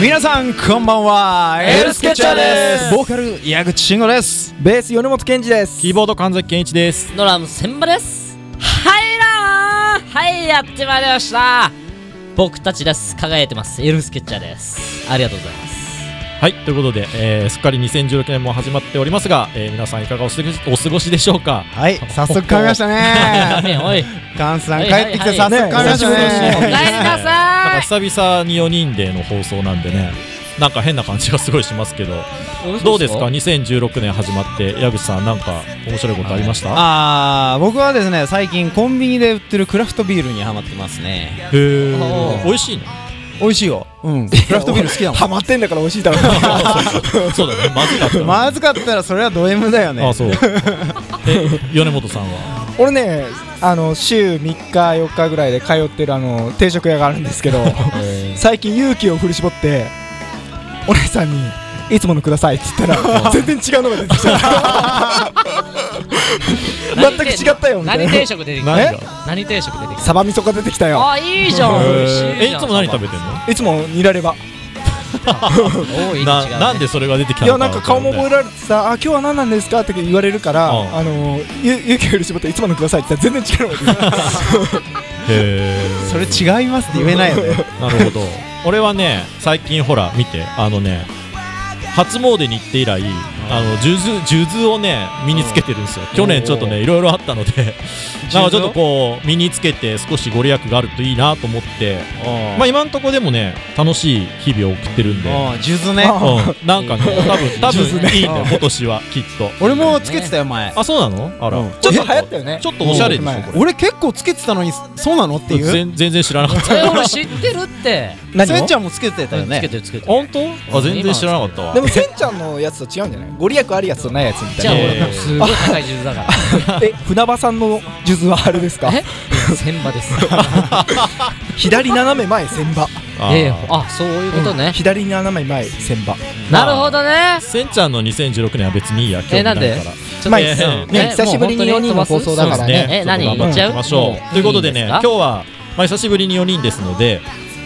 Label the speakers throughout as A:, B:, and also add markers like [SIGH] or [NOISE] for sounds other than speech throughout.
A: 皆さんこんばんは
B: エルスケッチャーです
A: ボーカル矢口慎吾です
C: ベース米本健二です
A: キーボード神崎健一です
B: ドラム千葉ですはいらーはいやってまいりました僕たちです輝いてますエルスケッチャーですありがとうございます
D: はい、ということで、えーすっかり2016年も始まっておりますが、えー皆さんいかがお過ごしお過ごしでしょうか
A: はい早速考えました
B: [LAUGHS] や
A: ね
B: めおい
A: カンスさん
B: は
A: 帰
B: いはい
A: っ
B: はい
A: てきて早速考えました
B: お帰り
A: ね
B: な
D: なん
B: さ
D: か久々に4人での放送なんでね、なんか変な感じがすごいしますけど、
B: い
D: どうですか、2016年始まって、矢口さん、なんか面白いことありました
A: あー僕はですね最近コンビニで売ってるクラフトビールにハマってますね
D: へ
B: お
D: ー
B: ー
D: 美味しいの [LAUGHS]
A: 美味しいようんクラフトビール好きだも
C: ハマってんだから美味しいだろ
D: [LAUGHS] そうだね、まずかった
A: ん
D: な
A: まずかったらそれはド M だよね
D: あそうえ米本さんは
C: 俺ねあの週3日4日ぐらいで通ってるあの定食屋があるんですけど最近勇気を振り絞ってお姉さんに「いつものください」って言ったら全然違うのが出てきた
B: [LAUGHS]
C: 全く違ったよみたい
B: 何
C: な
B: 定食出てきた
D: 何
C: え
D: が
B: 何定食出てき
C: サバ味噌が出てきたよ
B: たあいいじゃん美味しい
D: えいつも何食
B: べ
D: べてんの
C: いつもニラレバ
B: おいい
D: ななん
B: で
D: でそれが出てきた
C: い
D: の
C: や
D: か
C: なんか顔も覚えられてさ「あ今日は何なんですか?」って言われるから
D: うん
C: あのゆ勇気を振り絞って「いつものください」って言ったら全然違うのが出てきた
D: へー
A: それ違いますって言えないよね
D: なるほど俺はね最近ほら見てあのね初詣に行って以来あの数珠数珠をね身につけてるんですよ去年ちょっとねいろいろあったのでなんかちょっとこう身につけて少しご利益があるといいなと思って
A: [LAUGHS]
D: まあ今のところでもね楽しい日々を送ってるんで
A: うん数珠ね
C: あ
D: うんなんかね多分多
A: 数珠
D: 分
A: ね
D: いいんだよ今年はきっと
A: 俺もつけてたよ前
D: あそうなのあら
A: うん
D: ちょっ
C: 流行ったよね
D: とちょっとおしゃれでしょ
C: うん
D: これ
A: 俺結構つけてたのにそうなのっていう
D: 全全然知らなかっ
B: そ
D: た
B: れ俺知ってるって
C: 何
A: せ
C: を
A: んちゃんもつけてたよ
B: つけ
A: ね
B: てるつけて
D: 本
B: る
D: 当あ全然知らなかったわ
C: でもせんちゃんのやつと違うんじゃないご利益あるやつとないやつみ
B: じ
C: た
B: ゃあ
C: い
B: 俺もうすごい高い数だから
C: なえ船場さんの数珠はあれですか
B: え千葉
D: [LAUGHS]
B: です
C: 左斜め前千場
D: あー
B: ええあそういうことね
C: 左斜め前千場
B: なるほどね
D: せんちゃんの2016年は別にいいや、
B: え
D: 興味
B: な
D: ない
B: ん
D: から。
B: で
C: まあ
D: いいっす
B: うん
D: ね
B: え
C: 久しぶりに
B: もう本当
C: 4人の放送だから
B: そ
C: ね
B: うですえ何
D: ちょっと頑張っていきましょ
B: 言っちゃう
D: う。ということでね、
B: いいん
D: 今
B: です
D: 日
B: か
D: は、まあ、久しぶりに4人ですので、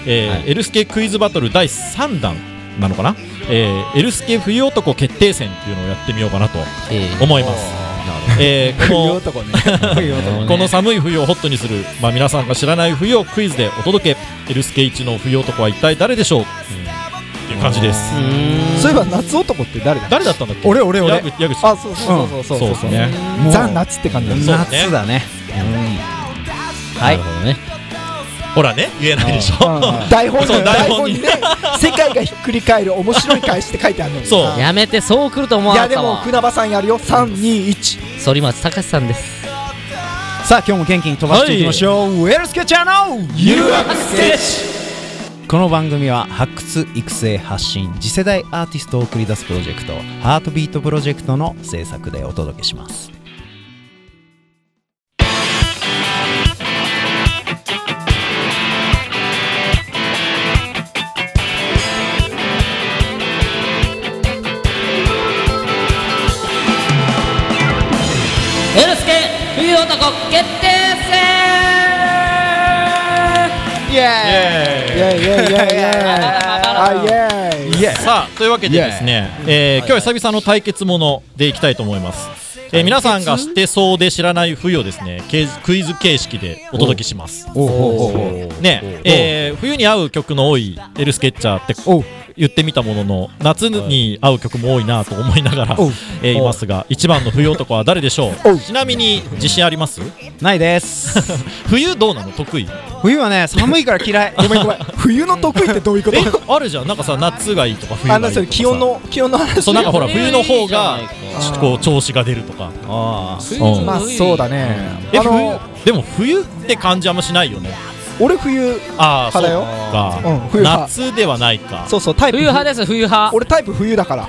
D: えーエルスケクイズバトル第3弾なのかな、えーエルスケ冬男決定戦っていうのをやってみようかなと
B: ええ
D: 思います。えー
C: 冬
D: こ
C: 男ね
D: のこの寒い冬をホットにする、まあ、皆さんが知らない冬をクイズでお届けエルスケ一の冬男は一体誰でしょう、っていう感じです
C: そういえば夏男って誰だ
D: 誰だったんだっけ
A: 俺俺俺
D: 矢口矢口
C: あそうそうそ
D: そ
C: うそう
D: う
C: そう
D: ですね
A: もう
C: ザ夏って感じだね
D: そうね
A: 夏だね
B: はいね
D: ほらね言えないでしょ
C: うん台本に
D: そう台
C: 台
D: 本
C: 本
D: に
C: にね世界がひっくり返る面白い返しって書いてあるのに
D: そう
C: い
B: やめてそう来ると思わなか
C: や
B: っ
C: で
B: た
C: も
B: わ
C: 船場さんやるよ321
B: 反町隆史さんです
A: さあ今日も元気に飛ばしていきましょう、ウェルスケチャーのこの番組は発掘育成発信次世代アーティストを送り出すプロジェクトハートビートプロジェクトの制作でお届けします
B: エルスケ冬男決定戦
A: イエ
C: イェイイェイイェイイェイあイェイ
A: ーイイエー
D: さあというわけでですね、えー今日は久々の対決ものでいきたいと思います、えー皆さんが知ってそうで知らない冬をですねけクイズ形式でお届けします
A: お
D: ねえー冬に合う曲の多い「エルスケッチャー」って言ってみたものの夏に合う曲も多いなと思いながら、えーいますが一番の冬男は誰でしょうちなみに自信あります [LAUGHS]
A: ないです
D: 冬どうなの得意
A: 冬はね寒いから嫌いごめんごめん
C: 冬の得意ってどういうこと
D: えあるじゃんなんかさ夏がいいとか冬が
C: あ
D: いいと
C: な
D: か
C: そ
D: さ
C: れ気温の気温の話
D: そうなんかほら
B: 冬
D: 冬の方が
B: いいじゃないか
D: ちょっとこう調子が出るとか
A: あ
D: うん
C: まあそうだね
D: え
C: あの
D: 冬でも冬って感じあんましないよね
C: 俺冬
D: ああそう
C: 肌よ
D: か、
C: うん冬派
D: 夏ではないか
C: そうそうタイプ
B: 冬派です冬派
C: 俺タイプ冬だから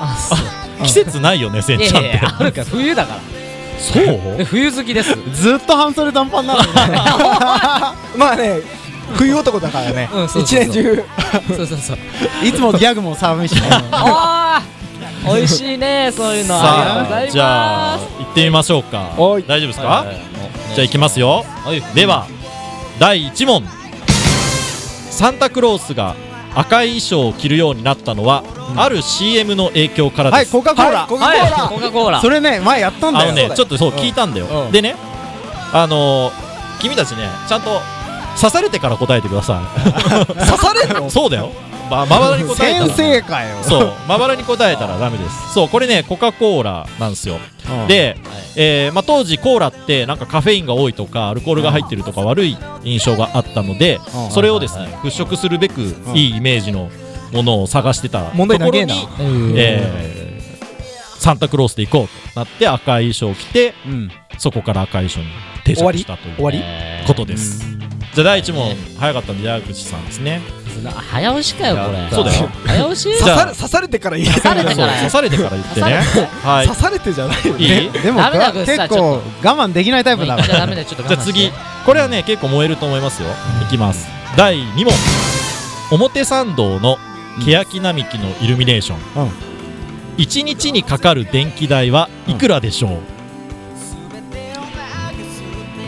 B: あそう
D: 季節ないよねせん
B: いや
D: ち
B: い
D: ゃんっ
B: やい
D: て
B: やあるから冬だか
D: [LAUGHS] そう
B: らで冬好きです
A: ーずっと半袖短パンなのにね
C: まあね冬男だからね
B: うんそうそうそう
C: 一年中
B: そうそうそう
A: [LAUGHS] いつもギャグも寒いしね
B: ああ美味しいねそういうのありがとうございま
D: さあ
B: す
D: じゃあ行ってみましょうか
C: お
D: 大
C: い
D: 丈夫ですか、じゃあ行きますよ、
B: い
D: では第1問サンタクロースが赤い衣装を着るようになったのは、ある CM の影響から
A: は
D: で
A: い
D: す、
A: コカ・コーラ、
C: コカ・コー
B: はい、
C: ラ
B: コカ・コーラ。
A: それね前やったんだ
D: あ
A: よ
D: のね
C: そうだよ
D: ちょっとそう
C: うん
D: 聞いたんだよ、
C: うん
D: でねあのー君たちねちゃんと刺されてから答えてくださ
C: 刺される
D: い [LAUGHS]
C: の
D: そうだよままばらに答えたら
A: 先生かよ
D: そうまばらに答えたらダメですそうこれねコカ・コーラなんですよ
A: うん
D: で、
B: はい
D: えーまあ、当時コーラってなんかカフェインが多いとかアルコールが入ってるとか悪い印象があったので
A: うん
D: それをですね
B: はい
D: 払拭するべく
A: ん
D: いいイメージのものを探してたとこ
C: 問題長
D: ろ
C: え
D: に
C: な、
D: えーサンタクロースで行こうとなって赤い衣装を着て
A: うん
D: そこから赤い衣装に定
C: 終わ
D: 着
C: り
D: したとい
C: 終わり
B: え
D: う
B: ー
D: ことですじゃあ第一問早かったんで矢口さんですね
B: な早押しかよ、こ
D: や
B: れ。
D: ったそうだよ
B: 早押し
D: じゃあ
C: 刺され刺されてから言え刺
B: されてから
D: そう刺されてから言ってねはい
C: 刺されてじゃないよ
D: いい
A: でも
B: ダメだグッサ
A: 結
B: ちょ
A: 構我
B: っ
A: 慢できないタイプだ
B: も
A: か
B: う一回
A: ら
B: ダメだよちょっと
D: じゃ
B: 我
D: あ
B: 慢して
D: 次これはね結構燃えると思いますよいきます第2問表参道の欅並木のイルミネーション、
A: うん
D: 1日にかかる電気代はいくらでしょう、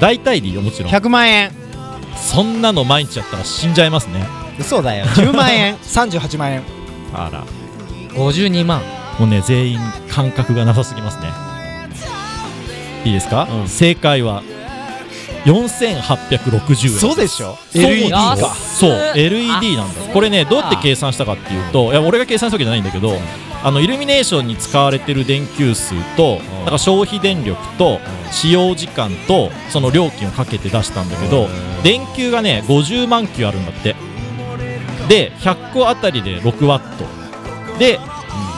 D: 大体でいいよもちろん
A: 100万円
D: そんなの毎日やったら死んじゃいますね
A: 嘘だよ10万円
C: 38万円
D: あら
B: 52万。
D: もうね全員感覚がなさすぎますねいいですか、
A: うん
D: 正解は4860円
A: そうでしょ
D: そう
B: LED か
D: そう LED なんだよこれねどうやって計算したかっていうといや俺が計算したわけじゃないんだけどあのイルミネーションに使われてる電球数とだから消費電力と使用時間とその料金をかけて出したんだけど電球がね50万球あるんだってで100個あたりで6ワットで、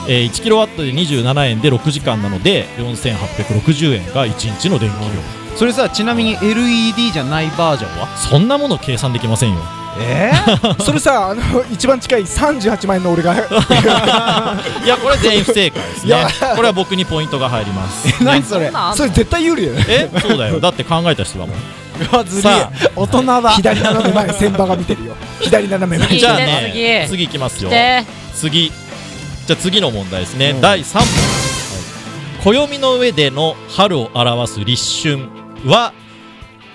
D: えー1キロワットで27円で6時間なので4860円が1日の電気量
A: [LAUGHS] それさちなみに LED じゃないバージョンは
D: そんなもの計算できませんよ
A: え
C: それさあの一番近い38万円の俺が
D: いやこれ全員不正解です
C: い
D: ね
C: や
D: これは僕にポイントが入ります
A: え [LAUGHS] 何それ
B: んなあん
C: それ絶対有利だよね
D: えそうだよだって考えた
B: [LAUGHS]
D: 人だもん
A: うわずり
D: さ
A: 大人だ
C: 左斜め前千場が見てるよ左斜め前
B: いいね
D: [LAUGHS] じゃあね
B: 次
D: 次いきます
B: 来
D: よ
B: て。
D: 次じゃあ次の問題ですね、第3問、暦の上での春を表す立春は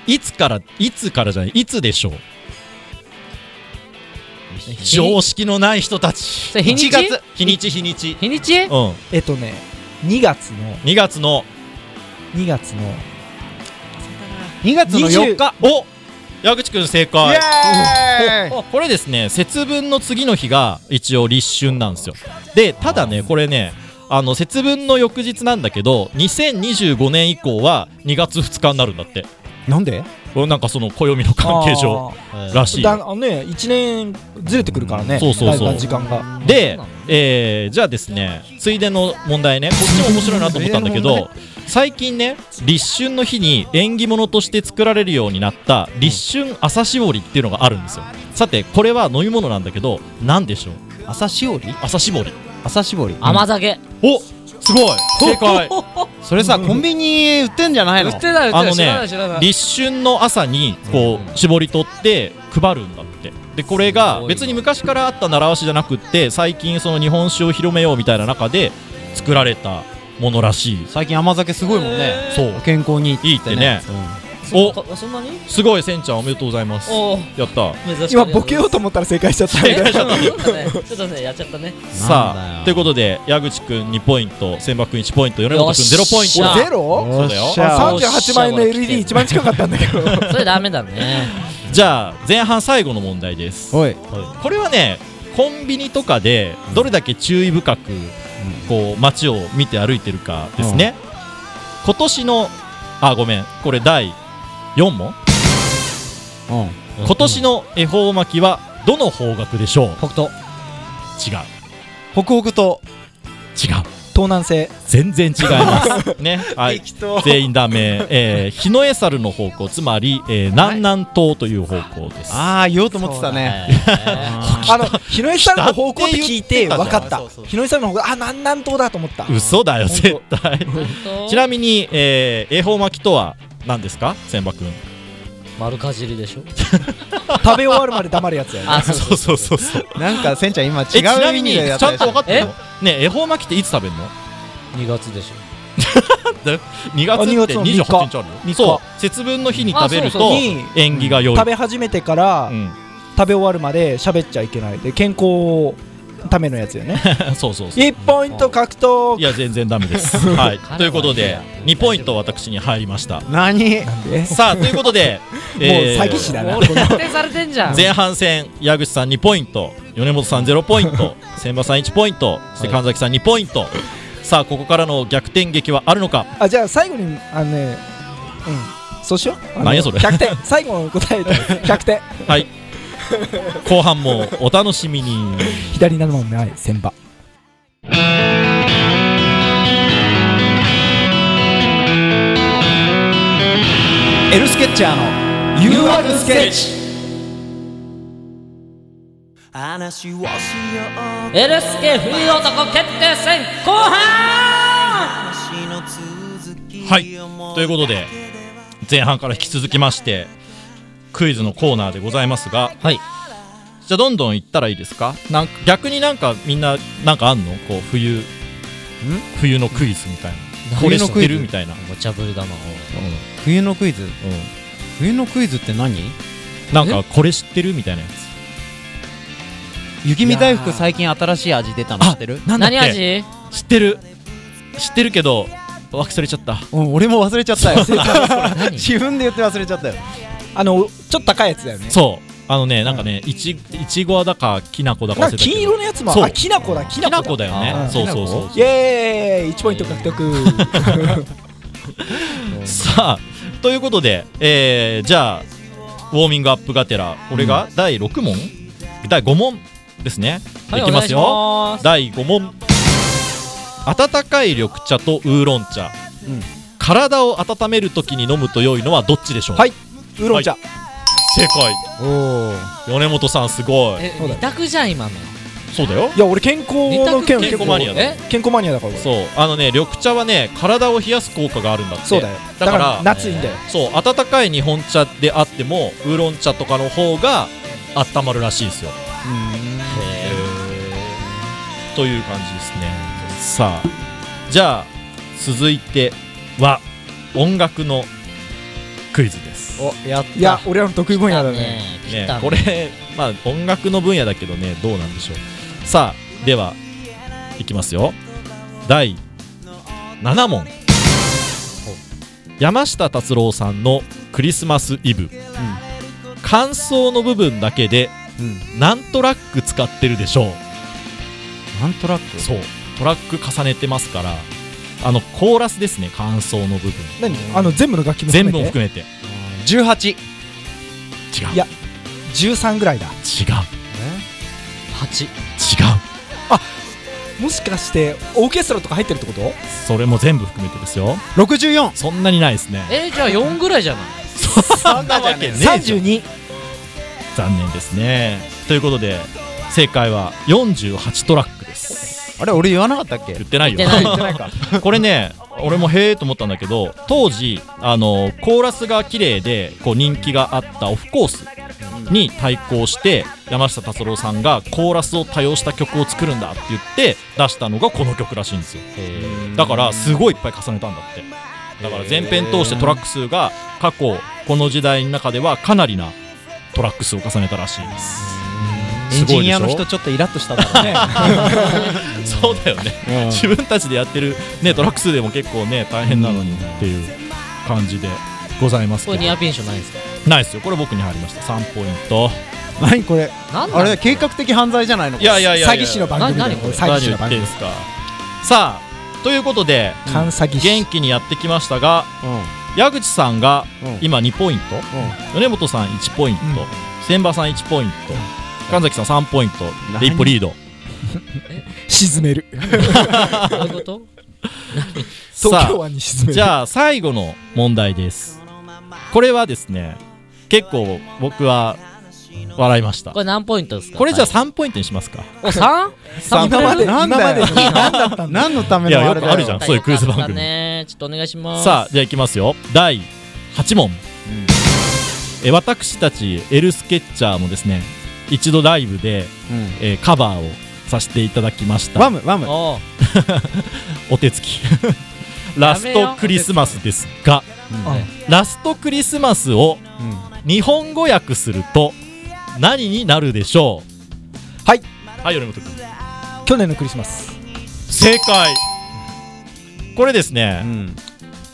D: いつからいつからじゃないいつでしょう常識のない人たち
B: それ日にち
D: 1月日にち日にち
B: 日にち
D: うん
C: えっとね2月の
D: 2月の
C: 2月の
A: 2月の4日
D: 日お矢口くん正
A: イ
D: 解
A: エーイ
D: おこれですね節分の次の日が一応立春なんですよでただねこれねあの節分の翌日なんだけど2025年以降は2月2日になるんだって
A: なんで
D: これなんかその暦の関係上らしい
C: だあのね1年ずれてくるからね
D: そうそうそう
C: だいぶ時間が
D: で、えーじゃあですねついでの問題ねこっちも面白いなと思ったんだけ
A: ついでの
D: ど最近ね立春の日に縁起物として作られるようになった立春朝絞りっていうのがあるんですよさてこれは飲み物なんだけど何でしょう
A: 朝しおり
D: 朝絞り
A: 朝絞り
B: 甘酒。
D: おすごい正解
A: それさコンビニ売ってんじゃないの
B: 売ってない、売って
D: あ
B: ない、
D: の
B: 知らない、
D: ね
B: 知らない。
D: 立春の朝にこう絞り取って配るんだってでこれ
B: す
D: が
B: ごいな
D: 別に昔からあった習わしじゃなくって最近その日本酒を広めようみたいな中で作られたものらしい
A: 最近甘酒すごいもんね
D: そう
A: 健康にいいって
D: いい
A: ね
D: って
A: うん
D: お
B: そそんなに
D: すごいせんちゃんおめでとうございます
B: おお、
D: やった
B: 珍しい。
C: 今ボケようと思ったら正解しちゃった
D: 正解しちゃっ
B: うんなんかねちょっとね、やっちゃったね。
A: なんだ
D: さ
A: よ
D: あということで矢口くん2ポイント千葉くん1ポイント米本くん0ポ
B: よっ
D: イン
B: し
D: ト
C: 俺ゼロ
D: そうだよ
A: おっしゃ
B: あ
C: 38万円の LED 一番近かったんだけど
B: それダメだね。
D: じゃあ前半最後の問題です
A: おい
D: これはねコンビニとかでどれだけ注意深くこう街を見て歩いてるかですね、今年のあごめんこれ第4問、
A: うん
D: 今年の恵方巻きはどの方角でしょう
B: 北東。
D: 違う
A: 北北東
D: 違う
C: 東南西
D: 全然違います。ね、はい、
A: 当
D: 全員ダメ、えー、日の絵猿の方向、つまり、えー、南南東という方向です。
A: ああ言おうと思ってたね
C: あの日の江さんの方向って聞い
D: 北って言っ
C: て
D: てたじゃん
C: 分かった
D: そうそう
C: 日の江さんの方向あ南南東だと思った
D: 嘘だよ、
C: 本当
D: 絶対。ち
B: ちな
D: なみに、えー、恵方巻きとは何ですか、千葉くん。
B: 丸かじりでしょ
C: 食べ終わるまで黙るやつやね
B: あ、そう
D: そうそうそう [LAUGHS] そう。
A: なんかせんちゃん今
D: え、ちな
A: 違う
D: み
A: 意
D: に、
A: 味
D: ち
A: で
D: ゃ
A: や
D: ん
A: っ
D: と
A: たでしょ
D: 分かってんのね、恵方巻きっていつ食べるの
B: 2月でしょ
D: ?2 月
C: 2
D: って
C: 月
D: 28
C: の3
D: 日あるよ。
C: 日
D: そう、節分の日に食べる
B: あそう
D: と
B: そう
C: に
D: 縁起が良い
C: 食。べ始めてから
D: うん [LAUGHS]
C: 食べ終わるまで喋っちゃいけないで健康のためのやつよね
D: [LAUGHS] そうそうそう。
C: 1ポイント獲得
D: いや全然ダメ
A: [LAUGHS]
D: です。はい。ということで
B: 彼はいいや
D: 2ポイント私に入りました。
A: 何
C: なんで
D: さあというこ
A: [LAUGHS]
D: とで、えー
C: もう詐欺師だな
B: もう特定されてんじゃん
D: 前半戦矢口さん2ポイント、米本さん0ポイン
A: [LAUGHS]
D: ト、千葉さん1ポイント、そして神崎さん2ポイント。さあここからの逆転劇はあるのか。
C: あじゃあ最後にあのねうんそうしようあの
D: 何や
C: [LAUGHS]
D: それ
C: 100点最後の答
D: [LAUGHS]
C: えで100点
A: [LAUGHS]
D: はい。後半もお楽しみに。
C: 左なのもない千葉
A: エルスケッチャーの
C: UR スケッ
A: チ
E: 話をしよう
B: エルスケ冬男決定戦後半
E: 話の続き
D: はいということで前半から引き続きましてクイズのコーナーでございますが
B: はい
D: じゃあどんどん行ったらいいですかなんか逆になんかみんななんかあんのこう冬冬のクイズみたいなこ
A: 冬
D: れ知
A: の
D: っ
A: クイ
D: て
A: ズ
D: るみたいな、
B: 無茶ぶりだな
A: 冬のクイズ
D: う
A: 冬のクイズって何
D: ん、なんかこれ知ってるみたいなやつ
A: 雪見大福最近新しい味出たの知ってる
D: なんだっけ
B: 何味
D: 知ってる知ってるけど忘れちゃった
A: うん俺も忘れちゃったよ
B: 何
A: [LAUGHS] 自分で言って忘れちゃったよ
C: あのちょっと高いやつだよね
D: そうあのねなんかねいちいちごだかきなこだか忘
C: な
D: れ
C: ん
D: たけ
C: か
D: ど
C: 金色のやつも
D: そう
C: あきなこだきな
D: き
C: こだ
D: なこだよ
A: あ
D: ね
A: ー
D: そうそうそう
C: イエーイ1ポイント獲
D: [LAUGHS]
C: 得
D: さあということで、えーじゃあウォーミングアップがてらこれが第6問、第5問ですね、
B: はい
D: いきます
B: お
D: よ
B: 願いします
D: 第5問温かい緑茶とウーロン茶、
A: うん
D: 体を温めるときに飲むと良いのはどっちでしょう
C: はいウーロン茶
D: 正解
A: おお
D: 米本さんすごい
B: え
C: そうだよ
B: 二択じゃん今の
D: そうだよ
C: いや俺健康の件
D: 健
C: 結
D: 康
C: 構
D: マニアだ
B: え
C: 健康マニアだから俺
D: そうあのね緑茶はね体を冷やす効果があるんだって
C: そうだよ
D: だ
C: だ
D: か
C: からら夏いいんだよ
D: そう温かい日本茶であってもウーロン茶とかの方が温まるらしいですよという感じですねさあじゃあ続いては音楽のクイズです、
A: おやっ
C: いや
A: た
C: 俺らの得意分野だね
B: 来
D: ね
B: たね、
D: これまあ音楽の分野だけどねどうなんでしょうさあではいきますよ第7問山下達郎さんの「クリスマスイブ」感想の部分だけで
A: うん
D: 何トラック使ってるでしょう
A: なんとなく
D: そうトラック重ねてますからあのコーラスですね感想の部分
C: 何あの全部の楽器も
D: 全
C: 含
D: 部を
C: めて
D: 含めて違
A: 18
D: う
C: いや13ぐらいだ
D: 違う違う
B: 八
C: もしかしてオーケストラとか入ってるってこと
D: それも全部含めてですよ
A: 64
D: そんなにないですね
B: えじゃあ四ぐらいじゃない
D: そんなわけねえじゃん
C: 32
D: 残念ですねということで正解は48トラックです
A: あれ俺言わなかったっけ
D: 言ってないよ
B: 言ってない言って
A: ないか
D: [LAUGHS] これね俺もへえと思ったんだけど当時あのコーラスが綺麗でこう人気があったオフコースに対抗して山下達郎さんがコーラスを多用した曲を作るんだって言って出したのがこの曲らしいんですよだからすごいいっぱい重ねたんだってだから前編通してトラック数が過去この時代の中ではかなりなトラック数を重ねたらしいです
A: エンジニアの
D: すごいでし
A: 人ちょ
D: ょ
A: っとイラッとしただろうね
D: そうだよね、自分たちでやってる、ね、トラック数でも結構ね大変なのにっていう感じでございます
B: こ
D: け
B: れニ
D: ど
B: アピン賞ないですか
D: ないですよこれ僕に入りました3ポイント
A: 何これ
B: なんだ
A: あれ計画的犯罪じゃないの
D: いやいやいやい
C: 詐
D: や
C: 欺師の番組だよ
B: 何
C: これ詐欺
D: 何
C: 師
D: 言
C: の
D: っ
C: 番
D: て
C: 組
D: んすかさあということで
C: 関詐欺
D: 元
C: 師
D: 気にやってきましたが
A: うん
D: 矢口さんが
A: うん
D: 今2ポイント、米本さん1ポイント、
C: うん
D: 千葉さん1ポイント、神崎さん3ポイントで
A: 何
D: 一歩リード
C: 沈める
B: どういうこと
C: 東
D: さ
C: 京
D: あ
C: 湾に沈める
D: [LAUGHS] じゃあ最後の問題ですこれはですね結構僕は笑いました
B: これ何ポイントですか
D: これじゃあ3ポイントにしますか
B: お三
D: 三
C: 今まで
A: な
C: 今
A: んだ
C: まで
A: よ
C: の何だったんだ
A: 何のため
D: いや
A: のあ
D: よ
A: れ
D: く
A: だよ
D: あるじゃんそういうクイズ番組
B: ねちょっとお願いします
D: さあじゃあいきますよ第8問、え私たちエルスケッチャーもですね一度ライブで、
A: うん
D: えーカバーをさせていただきました
A: ワムワム
B: おう
D: お手つき [LAUGHS] ラストクリスマスですが
A: うん
C: あ
B: はい
D: ラストクリスマスを
A: うん
D: 日本語訳すると何になるでしょう
C: はい
D: はい米本君
C: 去年のクリスマス
D: 正解これですね、
A: うん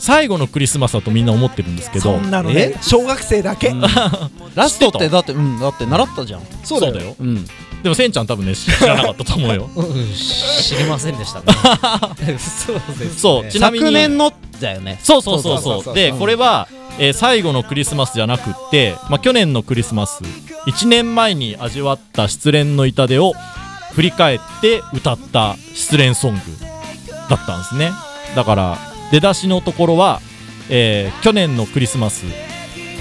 D: 最後のクリスマスだとみんな思ってるんですけど
C: そんなの
A: え
C: ね小学生だけ、 [LAUGHS]
A: うんラストってだってうんだって習ったじゃん
D: そうだよ
A: うん
D: でもせんちゃん多分ね知らなかったと思うよ
B: うん知りませんでしたねそうです
D: そうちなみに
A: 昨年のだよね
D: そうそうそう
C: そうそう
D: そ
C: そうう
D: で
C: うん
D: これは、えー最後のクリスマスじゃなくって、まあ、去年のクリスマス1年前に味わった失恋の痛手を振り返って歌った失恋ソングだったんですねだから出だしのところは、えー去年のクリスマス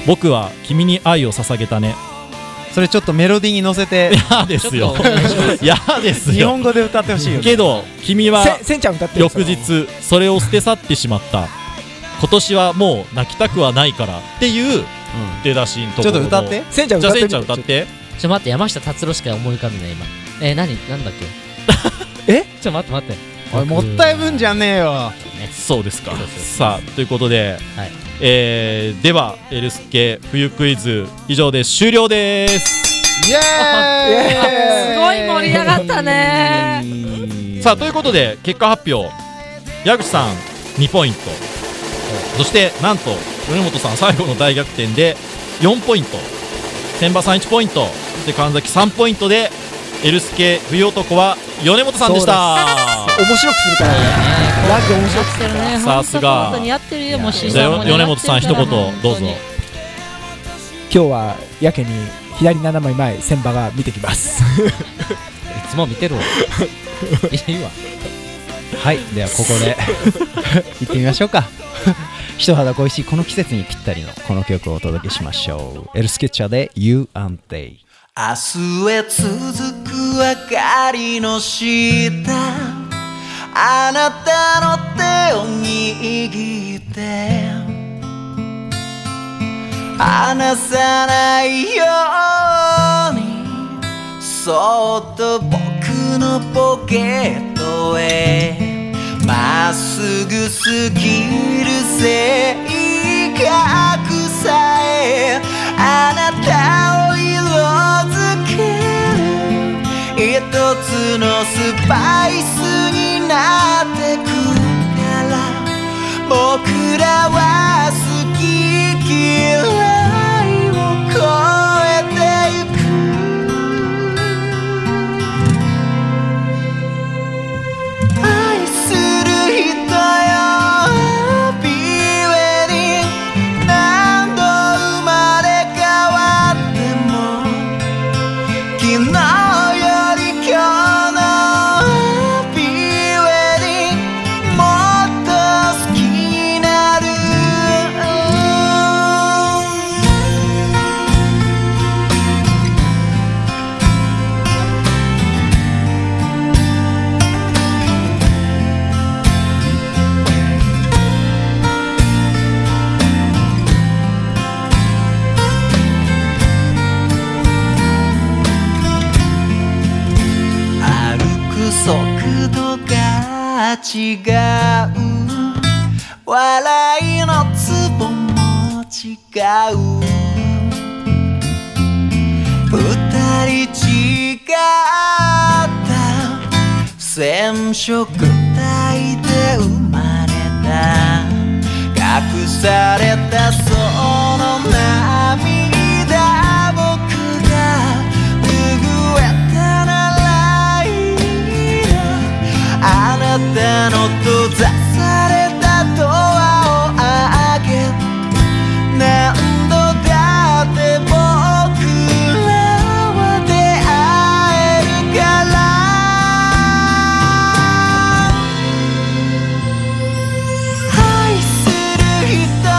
D: 僕は君に愛を捧げたね [LAUGHS]
A: それちょっとメロディーに乗せて
D: 嫌ですよ
B: ちょっとお願いしま
D: 嫌です
A: 日
D: よ
A: 本語で歌ってほしいよね
D: けど君は
C: せせんちゃん歌ってる
D: 翌日それを捨て去ってしまった今年はもう泣きたくはないからっていう出だしのと
A: ち
D: こ
A: ょ
D: ろ
A: っと歌って
C: せんちゃん
D: じ
C: 歌
D: ゃあ
C: って
D: せん
C: み
D: ちゃん歌って
B: ちょ待って山下達郎しか思い浮かんでない今えー、何なんだっけ
C: え
B: ちょ待って待って
A: おいもったいぶんじゃねえよ
D: そうですか
B: そうそう
D: さあということで、
B: はい
D: えーでは「エルスケ冬クイズ」以上で終了です
A: イエーイ
C: す
B: ごい盛り上がったね
D: さあということで結果発表矢口さん2ポイントそしてなんと米本さん最後の大逆転で4ポイント千葉さん1ポイントそして神崎3ポイントでエルスケ冬男は米本さんでした
C: 面白くするから俺ラジオ面白くするから
D: さすが
B: 本当にやってるよもう
D: じゃあよ米本さん一言どうぞ
C: 今日はやけに左7枚前千葉が見てきます [LAUGHS]
B: いつも見てるわいいわ
A: はいではここで [LAUGHS] 行ってみましょうか人肌恋しいこの季節にぴったりのこの曲をお届けしましょうエルスケッチャーで You and They
E: 明日へ続く明かりの下あなたの手を握って離さないようにそっと僕のポケットへまっすぐすぎる性格さえあなたを色づける一つのスパイスになってくから僕らは好き嫌いを超えてゆく愛する人よ Happy Wedding 何度生まれ変わっても昨日より今日のハッピーウェディングもっと好きになる歩く速度が違う笑いのツボも違う二人違った染色体で生まれた隠されたその涙僕が拭えたならいいなあなたの閉ざされたドアを開け何度だって僕らは出会えるから愛する人よ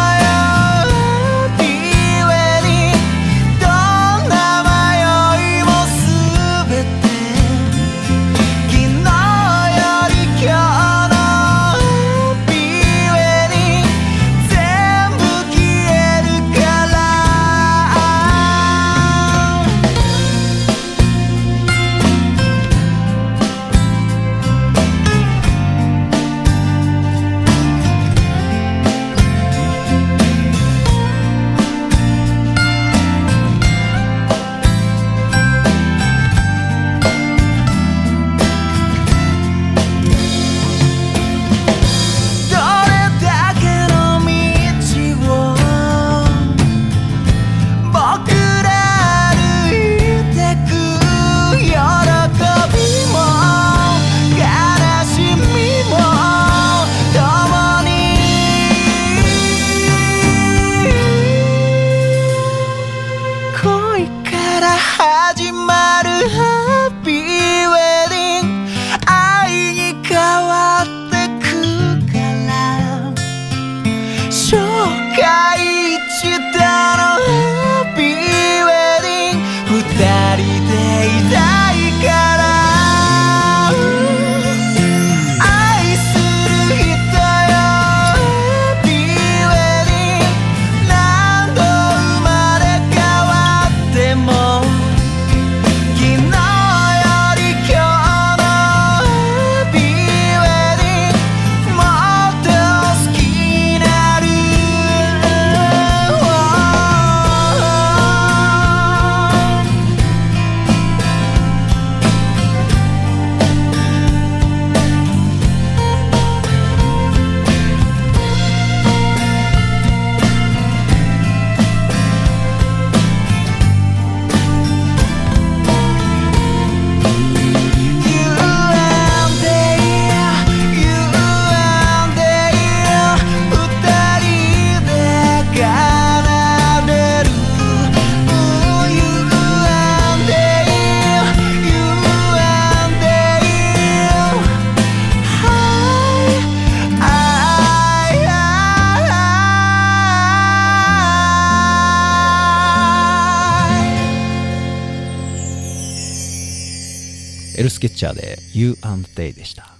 A: エルスケッチャーで You and Day でした。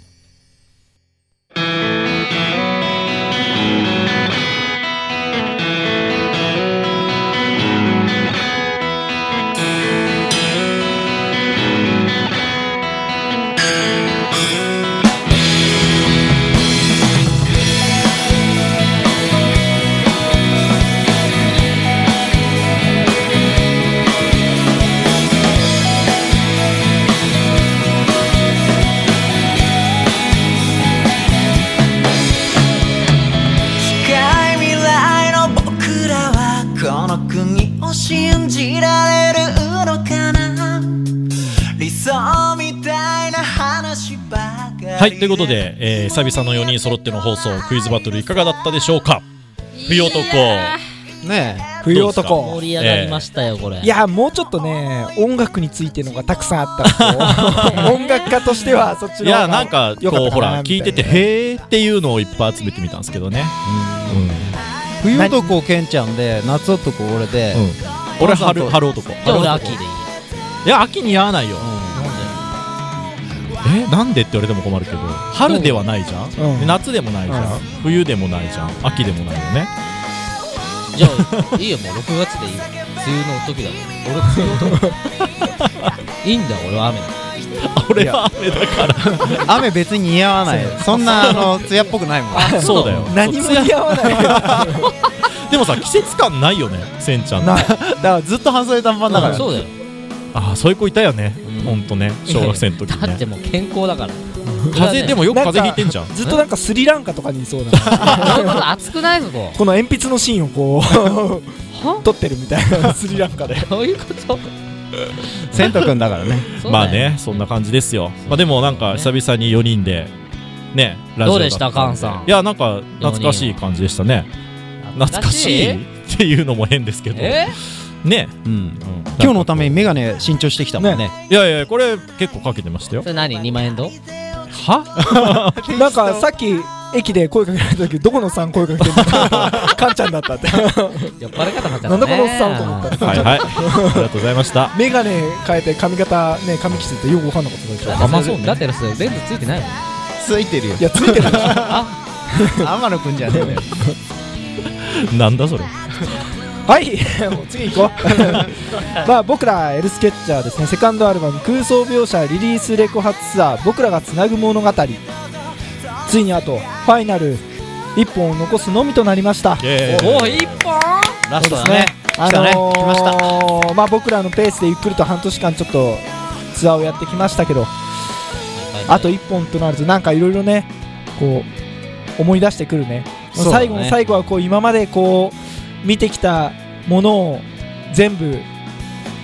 E: 近い未来の僕らはこの国を信じられるのかな理想みたいな話ばかり
D: はい、ということで、えー、久々の4人揃っての放送、クイズバトルいかがだったでしょうか冬男。
A: ね
C: 冬
D: ど
B: 盛
C: 男
B: り上がりましたよ、これ。
C: いやもうちょっとね音楽についてのがたくさんあった [LAUGHS] のと音楽家としてはそっち
D: い
C: の
D: や、
C: 方
D: なんか
C: が、良
D: こ
C: か
D: う、
C: った
D: ほ
C: かな
D: ら、
C: みたい
D: 聞いてて、
C: な
D: へーっていうのをいっぱい集めてみたんですけどね。うん
A: 冬男ケンちゃんで夏男俺で、
D: うん俺、春、春男。
B: じゃあ俺、
D: 春
B: 秋
D: 男
B: でいいや。
D: いや、秋に合わないよ。え、なんでって言われても困るけど、春ではないじゃん
C: うん
D: で夏でもないじゃ
C: うん
D: ん冬でもないじゃん秋でもないよね。
B: じゃあ、いいよ、もう6月でいいよ。梅雨の時だもん。俺、梅雨男。いいんだ、俺は雨だ。
D: [LAUGHS] 俺は雨だか
A: 雨別に似合わないそんなあの艶っぽくないも [LAUGHS] ん
D: ら。 [LAUGHS] そうだよ。
C: 何も似合わない
D: でもさ、季節感ないよね、せんちゃんの。
C: ない
A: だからずっと半袖短パンだから、
B: そうだよ。
D: ああ、そういう子いたよね
B: うん。
D: ほんとね、小学生の
B: [LAUGHS]
D: 時
B: だっ
D: ね
B: て。もう健康だから。
D: 風邪、でもよく風邪ひいてんじゃん。
C: ずっとなんかスリランカとかにいそう
D: [LAUGHS]
C: な
B: そういうこと熱くないそこ。
C: この鉛筆の芯をこう撮ってるみたいなスリランカで
B: どういうこと
A: セント君だからね
B: そうだよ
D: まあね、そんな感じですよ。まあでもなんか久々に4人で、ね、ラジオ
B: どうでした
D: だたん
B: カンさん
D: いや、なんか懐かしい感じでしたね。懐かしいっていうのも変ですけど。
B: え
D: ね。
A: うん
D: うん
A: 今日のためにメガネ新調してきたもんね
D: いやいや、これ結構かけてましたよ
B: そ。れ何 ?2 万円ど
D: は
C: なんかさっき駅で声かけられた時どこのおっさん声かけてる
D: [LAUGHS]
C: のかカンちゃんだったって
B: 酔っ払い方になっちゃったね。
C: なんだこのおっさんと思った
D: はいはい。ありがとうございました。
C: メガネ変えて髪型ね髪切っててよくわかんなかったでしょ
B: だってそれ
D: Amazon ね
B: だってそれレンズついてないもん。
A: ついてるよ
C: いやついてるでし
A: [LAUGHS]
C: ょ
A: 天野君じゃねえのよ
D: なんだそれ。
C: はいもう次行こ
A: [LAUGHS]
C: うまあ僕らエルスケッチャーですねセカンドアルバム「空想描写」リリースレコ発ツアー「僕らがつなぐ物語」ついにあとファイナル1本を残すのみとなりました
D: イエーイ
B: お、一本
A: ラストだ
C: そうで
A: ね
C: すね
A: 来たね来ました
C: したまあ僕らのペースでゆっくりと半年間ちょっとツアーをやってきましたけどあと1本となるとなんかいろいろねこう思い出してくるね
A: そうだね
C: 最後の最後はこう今までこう見てきたものを全部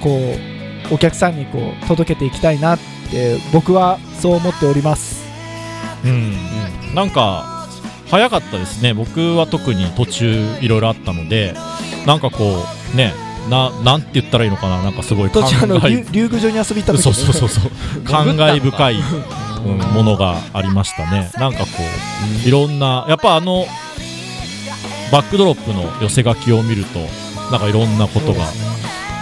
C: こうお客さんにこう届けていきたいなって僕はそう思っております
D: うん、なんか早かったですね僕は特に途中いろいろあったのでなんかこうねななんて言ったらいいのかななんかすごい
C: 途
D: 感
C: 中あの
D: 慨
C: 竜竜宮城に遊びに行った時
D: そうそうそうそう感慨深い、うん
B: うん
D: ものがありましたねなんかこういろんなやっぱあのバックドロップの寄せ書きを見るとなんかいろんなことが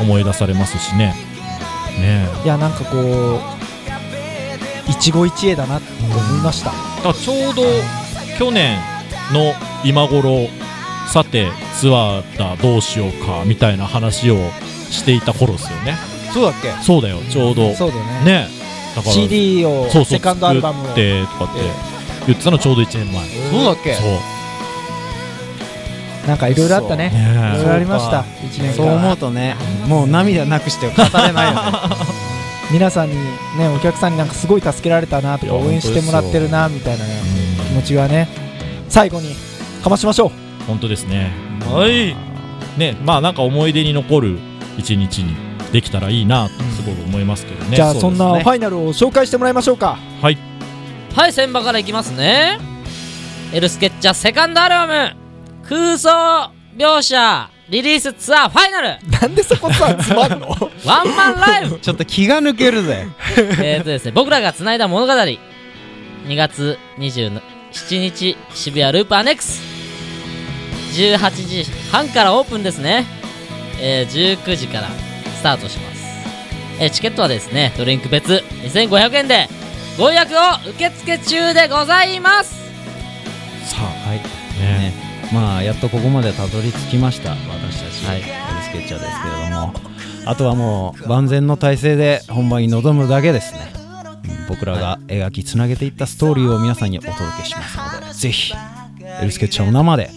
D: 思い出されますしねねえ
C: いやなんかこう一期一会だなって思いました、
D: だからちょうど去年の今頃さてツアーだどうしようかみたいな話をしていた頃ですよね
A: そうだっけ
D: そうだよちょうど
C: そうだよね
D: ねだから
C: CD
D: そ
C: を
D: うそう
C: セカンドアルバムを
D: 作ってとかって言ってたのちょうど1年前
A: そうだっけ
D: そう
C: なんかいろいろあったねいろい
D: ね
C: ろありました一年間
A: そう思うとねもう涙なくして語れない [LAUGHS] よね
C: 皆さんにねお客さんになんかすごい助けられたなとか
D: いや
C: 応援してもらってるなみたいなね気
D: え
C: 持ちがね最後にかましましょう
D: うん本当ですねはいねまあなんか思い出に残る一日にできたらいいなとすごく思いますけどね
C: じゃあ
D: そう
C: そ
D: で
C: ん
D: すね
C: なファイナルを紹介してもらいましょう [LAUGHS] か
D: はい
B: はい、先場からいきますね。エルスケッチャーセカンドアルバム、空想描写リリースツアーファイナル、
C: なんでそこさつまんの
B: ワンマンライブ
A: ちょっと気が抜けるぜ
B: えーとですね、僕らが繋いだ物語、2月27日、渋谷ループアネックス、18時半からオープンですね。えー19時からスタートします。えーチケットはですねドリンク別2500円でご予約を受付中でございます
D: さあ
A: はい、
D: ね
A: ね、まあやっとここまでたどり着きました私たち、
B: は
A: はいい、スケッチャーですけれどもあとはもう万全の体制で本番に臨むだけですねうん僕らが描きつなげていったストーリーを皆さんにお届けしますのでぜひエルスケッチャーを生で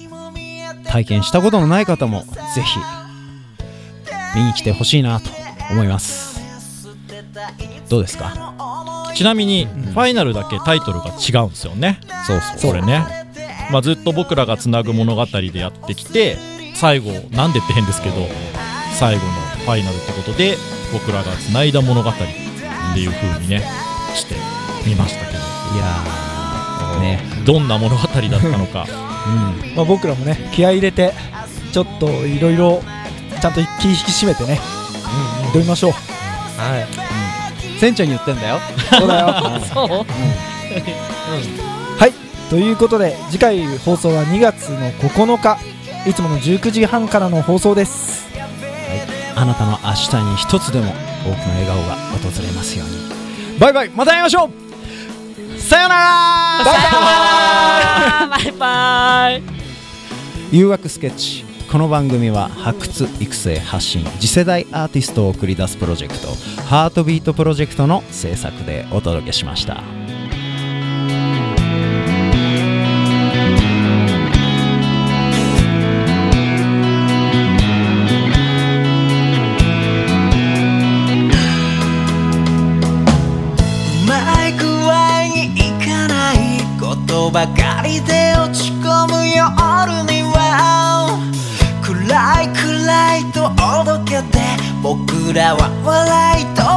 A: 体験したことのない方もぜひ見に来てほしいなと思いますどうですか
D: ちなみに、ファイナルだけタイトルが違うんですよね
A: そうそう
D: これね、まあ、ずっと僕らがつなぐ物語でやってきて最後なんでって変ですけど最後のファイナルってことで僕らがつないだ物語っていう風にねしてみましたけ
A: い
D: ど
A: やーね
D: どんな物語だったのか
A: うん
C: [LAUGHS] まあ、僕らもね気合い入れてちょっといろいろちゃんと気引き締めてね挑みましょう
A: はい、船長に言ってんだよ
C: そうだよ
B: [LAUGHS] そう、
C: はいということで次回放送は2月の9日いつもの19時半からの放送です
A: あなたの明日に一つでも多くの笑顔が訪れますようにバイバイまた会いましょうさよなら
B: バイバーイバイバイ
A: 誘惑スケッチこの番組は発掘育成発信次世代アーティストを送り出すプロジェクト「ハートビートプロジェクト」の制作でお届けしました。
E: うまい具合にいかないことばかりで落ち込む夜には暗い暗いとおどけて僕らは笑い飛